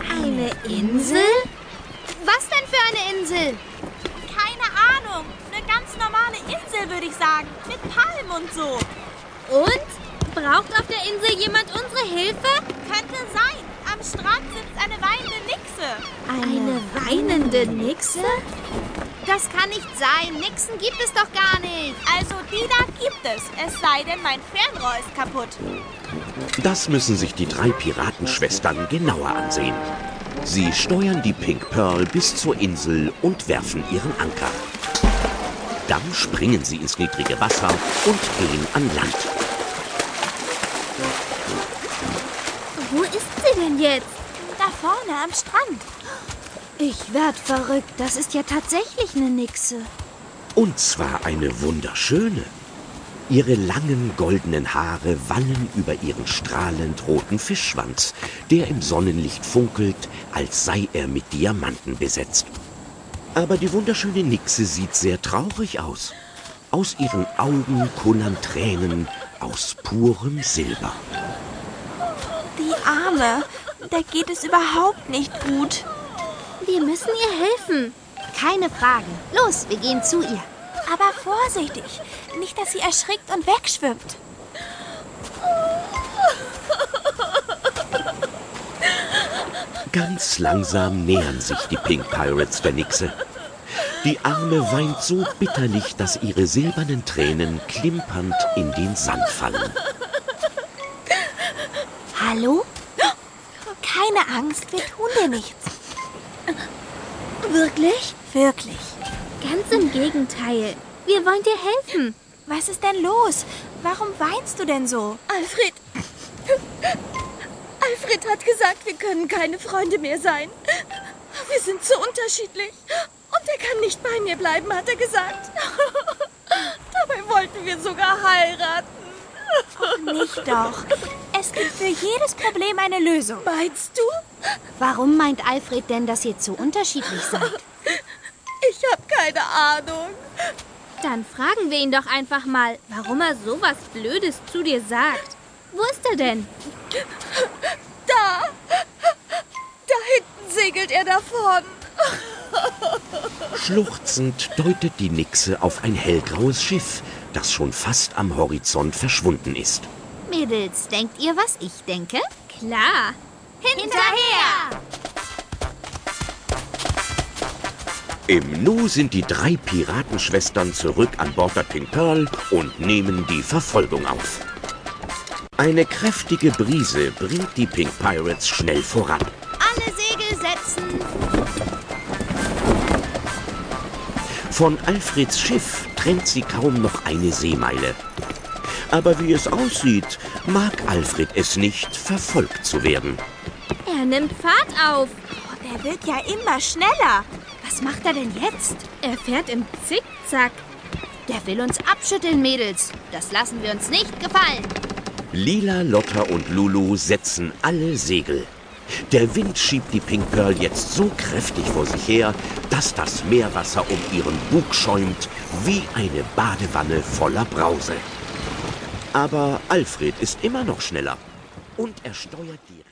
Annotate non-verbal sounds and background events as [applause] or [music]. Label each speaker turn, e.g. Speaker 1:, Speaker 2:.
Speaker 1: Eine Insel?
Speaker 2: Was denn für eine Insel?
Speaker 3: Keine Ahnung. Eine ganz normale Insel, würde ich sagen. Mit Palmen und so.
Speaker 2: Und? Braucht auf der Insel jemand unsere Hilfe?
Speaker 3: Könnte sein. Am Strand sitzt eine weinende Nixe.
Speaker 1: Eine weinende Nixe?
Speaker 2: Das kann nicht sein. Nixen gibt es doch gar nicht.
Speaker 3: Also die da gibt es. Es sei denn, mein Fernrohr ist kaputt.
Speaker 4: Das müssen sich die drei Piratenschwestern genauer ansehen. Sie steuern die Pink Pearl bis zur Insel und werfen ihren Anker. Dann springen sie ins niedrige Wasser und gehen an Land.
Speaker 2: Wo ist sie denn jetzt?
Speaker 3: Da vorne am Strand.
Speaker 1: Ich werd verrückt. Das ist ja tatsächlich eine Nixe.
Speaker 4: Und zwar eine wunderschöne. Ihre langen goldenen Haare wallen über ihren strahlend roten Fischschwanz, der im Sonnenlicht funkelt, als sei er mit Diamanten besetzt. Aber die wunderschöne Nixe sieht sehr traurig aus. Aus ihren Augen kullern Tränen aus purem Silber.
Speaker 3: Die Arme. Da geht es überhaupt nicht gut.
Speaker 2: Wir müssen ihr helfen. Keine Frage. Los, wir gehen zu ihr.
Speaker 3: Aber vorsichtig. Nicht, dass sie erschrickt und wegschwimmt.
Speaker 4: Ganz langsam nähern sich die Pink Pirates der Nixe. Die Arme weint so bitterlich, dass ihre silbernen Tränen klimpernd in den Sand fallen.
Speaker 2: Hallo?
Speaker 3: Keine Angst, wir tun dir nichts.
Speaker 2: Wirklich?
Speaker 3: Wirklich.
Speaker 2: Ganz im Gegenteil. Wir wollen dir helfen.
Speaker 3: Was ist denn los? Warum weinst du denn so?
Speaker 5: Alfred. Alfred hat gesagt, wir können keine Freunde mehr sein. Wir sind so unterschiedlich. Und er kann nicht bei mir bleiben, hat er gesagt. [laughs] Dabei wollten wir sogar heiraten.
Speaker 3: Och, nicht doch. Es gibt für jedes Problem eine Lösung.
Speaker 5: Meinst du?
Speaker 2: Warum meint Alfred denn, dass ihr zu unterschiedlich seid?
Speaker 5: Ich habe keine Ahnung.
Speaker 2: Dann fragen wir ihn doch einfach mal, warum er sowas Blödes zu dir sagt. Wo ist er denn?
Speaker 5: Da! Da hinten segelt er davon.
Speaker 4: Schluchzend deutet die Nixe auf ein hellgraues Schiff, das schon fast am Horizont verschwunden ist.
Speaker 2: Mädels, denkt ihr, was ich denke? Klar.
Speaker 3: Hinterher!
Speaker 4: Im Nu sind die drei Piratenschwestern zurück an Bord der Pink Pearl und nehmen die Verfolgung auf. Eine kräftige Brise bringt die Pink Pirates schnell voran.
Speaker 2: Alle Segel setzen!
Speaker 4: Von Alfreds Schiff trennt sie kaum noch eine Seemeile. Aber wie es aussieht, mag Alfred es nicht, verfolgt zu werden.
Speaker 2: Er nimmt Fahrt auf.
Speaker 3: Oh, der wird ja immer schneller.
Speaker 2: Was macht er denn jetzt? Er fährt im Zickzack. Der will uns abschütteln, Mädels. Das lassen wir uns nicht gefallen.
Speaker 4: Lila, Lotta und Lulu setzen alle Segel. Der Wind schiebt die Pink Pearl jetzt so kräftig vor sich her, dass das Meerwasser um ihren Bug schäumt wie eine Badewanne voller Brause. Aber Alfred ist immer noch schneller und er steuert die